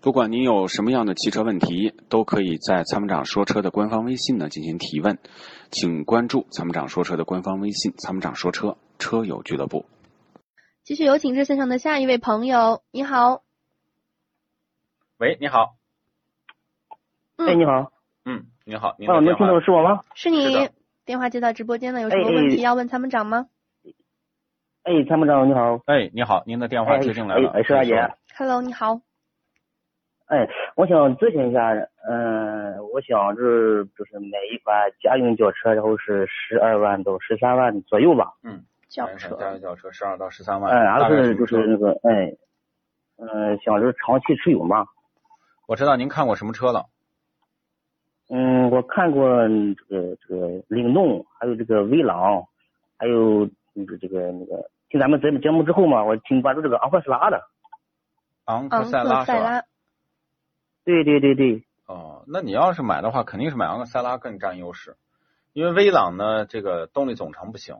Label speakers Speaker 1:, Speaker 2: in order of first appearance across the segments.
Speaker 1: 不管您有什么样的汽车问题，都可以在参谋长说车的官方微信呢进行提问，请关注参谋长说车的官方微信“参谋长说车车友俱乐部
Speaker 2: 继续有请热线上的下一位朋友，你好，
Speaker 3: 喂，你好，
Speaker 2: 嗯
Speaker 4: 哎，你好，
Speaker 3: 嗯，你好，您
Speaker 4: 啊，
Speaker 3: 的
Speaker 4: 能
Speaker 3: 电
Speaker 4: 听
Speaker 3: 话，
Speaker 4: 到是我吗？
Speaker 2: 是你
Speaker 3: 是的
Speaker 2: 电话接到直播间了，有什么
Speaker 4: 哎哎
Speaker 2: 问题要问参谋长吗
Speaker 4: 哎，参谋长你好，
Speaker 3: 哎，你好，您的电话
Speaker 4: 哎
Speaker 3: 接进来了，
Speaker 4: 哎哎是大姐
Speaker 3: 您说
Speaker 2: ？Hello，你好，
Speaker 4: 哎，我想咨询一下，嗯、我想是就是买一款家用轿车，然后是十二万到十三万左右吧，
Speaker 2: 轿
Speaker 3: 买一
Speaker 2: 车
Speaker 3: 款，家用轿哎车十二到十三
Speaker 4: 嗯，
Speaker 3: 万，
Speaker 4: 然
Speaker 3: 啊大
Speaker 4: 后
Speaker 3: 概
Speaker 4: 是
Speaker 3: 什
Speaker 4: 就
Speaker 3: 么车
Speaker 4: 是那个，哎，嗯、想是长期持有嘛，
Speaker 3: 我知道您看过什么车了，
Speaker 4: 嗯，我看过嗯这个这个领动，还有这个威朗，还有那个这个那个，听咱们节目节目之后嘛，我挺关注这个昂克赛拉的，
Speaker 3: 昂克
Speaker 2: 昂
Speaker 3: 赛
Speaker 2: 克
Speaker 3: 拉是
Speaker 2: 赛
Speaker 3: 吧？
Speaker 2: 拉，嗯
Speaker 4: 对对对对，
Speaker 3: 哦，那你要是买的话，肯定是买昂克赛拉更占优势，因为威朗呢，这个动力总成不行，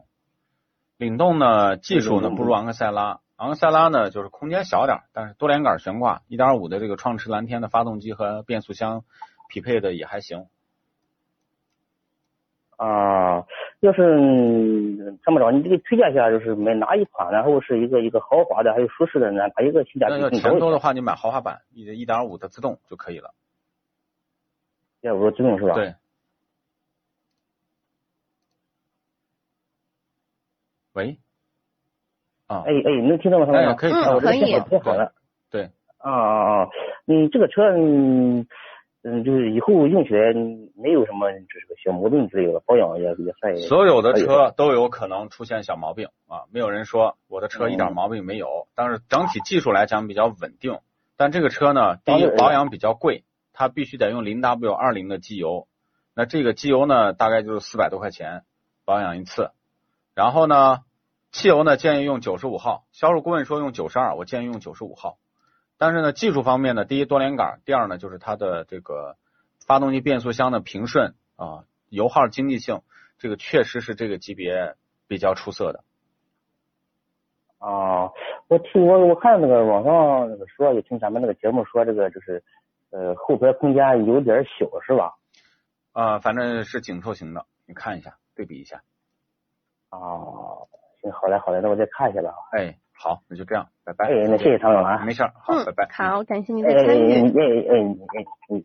Speaker 3: 领动呢技术呢
Speaker 4: 嗯
Speaker 3: 不如昂克赛拉，昂克赛拉呢就是空间小点儿，但是多连杆悬挂，一点五的这个创驰蓝天的发动机和变速箱匹配的也还行。
Speaker 4: 啊，要是嗯参谋长，你这个推荐一下，就是买哪一款，然后是一个一个豪华的，还有舒适的呢？哪一个性价
Speaker 3: 那
Speaker 4: 比
Speaker 3: 要
Speaker 4: 更
Speaker 3: 钱
Speaker 4: 高
Speaker 3: 多
Speaker 4: 一
Speaker 3: 的话，你买豪华版，一一点五的自动就可以了。
Speaker 4: 些？我说自动是吧？
Speaker 3: 对。喂。啊
Speaker 4: 哎，哎，能听到吗？参谋
Speaker 3: 哎，
Speaker 4: 长，
Speaker 3: 可
Speaker 2: 嗯
Speaker 3: 以看
Speaker 4: 啊
Speaker 3: 到，
Speaker 4: 我这个
Speaker 2: 可以
Speaker 4: 信号不太好了。
Speaker 3: 对。
Speaker 4: 啊啊啊！嗯，这个车，嗯嗯，就是以后用起来嗯没有什么这个小毛病之类的，保养也也算。
Speaker 3: 所有的
Speaker 4: 可以
Speaker 3: 车都有可能出现小毛病啊，没有人说我的车一点毛病没有，但是整体技术来讲比较稳定。但这个车呢，第一
Speaker 4: 当然
Speaker 3: 保养比较贵，它必须得用零 W 二零的机油，那这个机油呢大概就是四百多块钱保养一次，然后呢，汽油呢建议用九十五号，销售顾问说用九十二，我建议用九十五号。但是呢，技术方面呢，第一多连杆，第二呢就是它的这个发动机变速箱的平顺啊，油耗经济性，这个确实是这个级别比较出色的。
Speaker 4: 啊，我听我我看那个网上那个说，也听咱们那个节目说，这个就是呃后排空间有点小是吧？
Speaker 3: 啊、反正是紧凑型的，你看一下，对比一下。
Speaker 4: 哦，行，好嘞，好嘞，那我再看一下吧。
Speaker 3: 哎，好，那就这样，拜拜。
Speaker 4: 哎哎，那谢谢常总啊。
Speaker 3: 没事儿，好，
Speaker 2: 嗯
Speaker 3: 拜拜。，
Speaker 2: 好，感谢您
Speaker 4: 哎
Speaker 2: 的
Speaker 4: 哎哎
Speaker 2: 参与。
Speaker 4: 哎哎哎哎哎。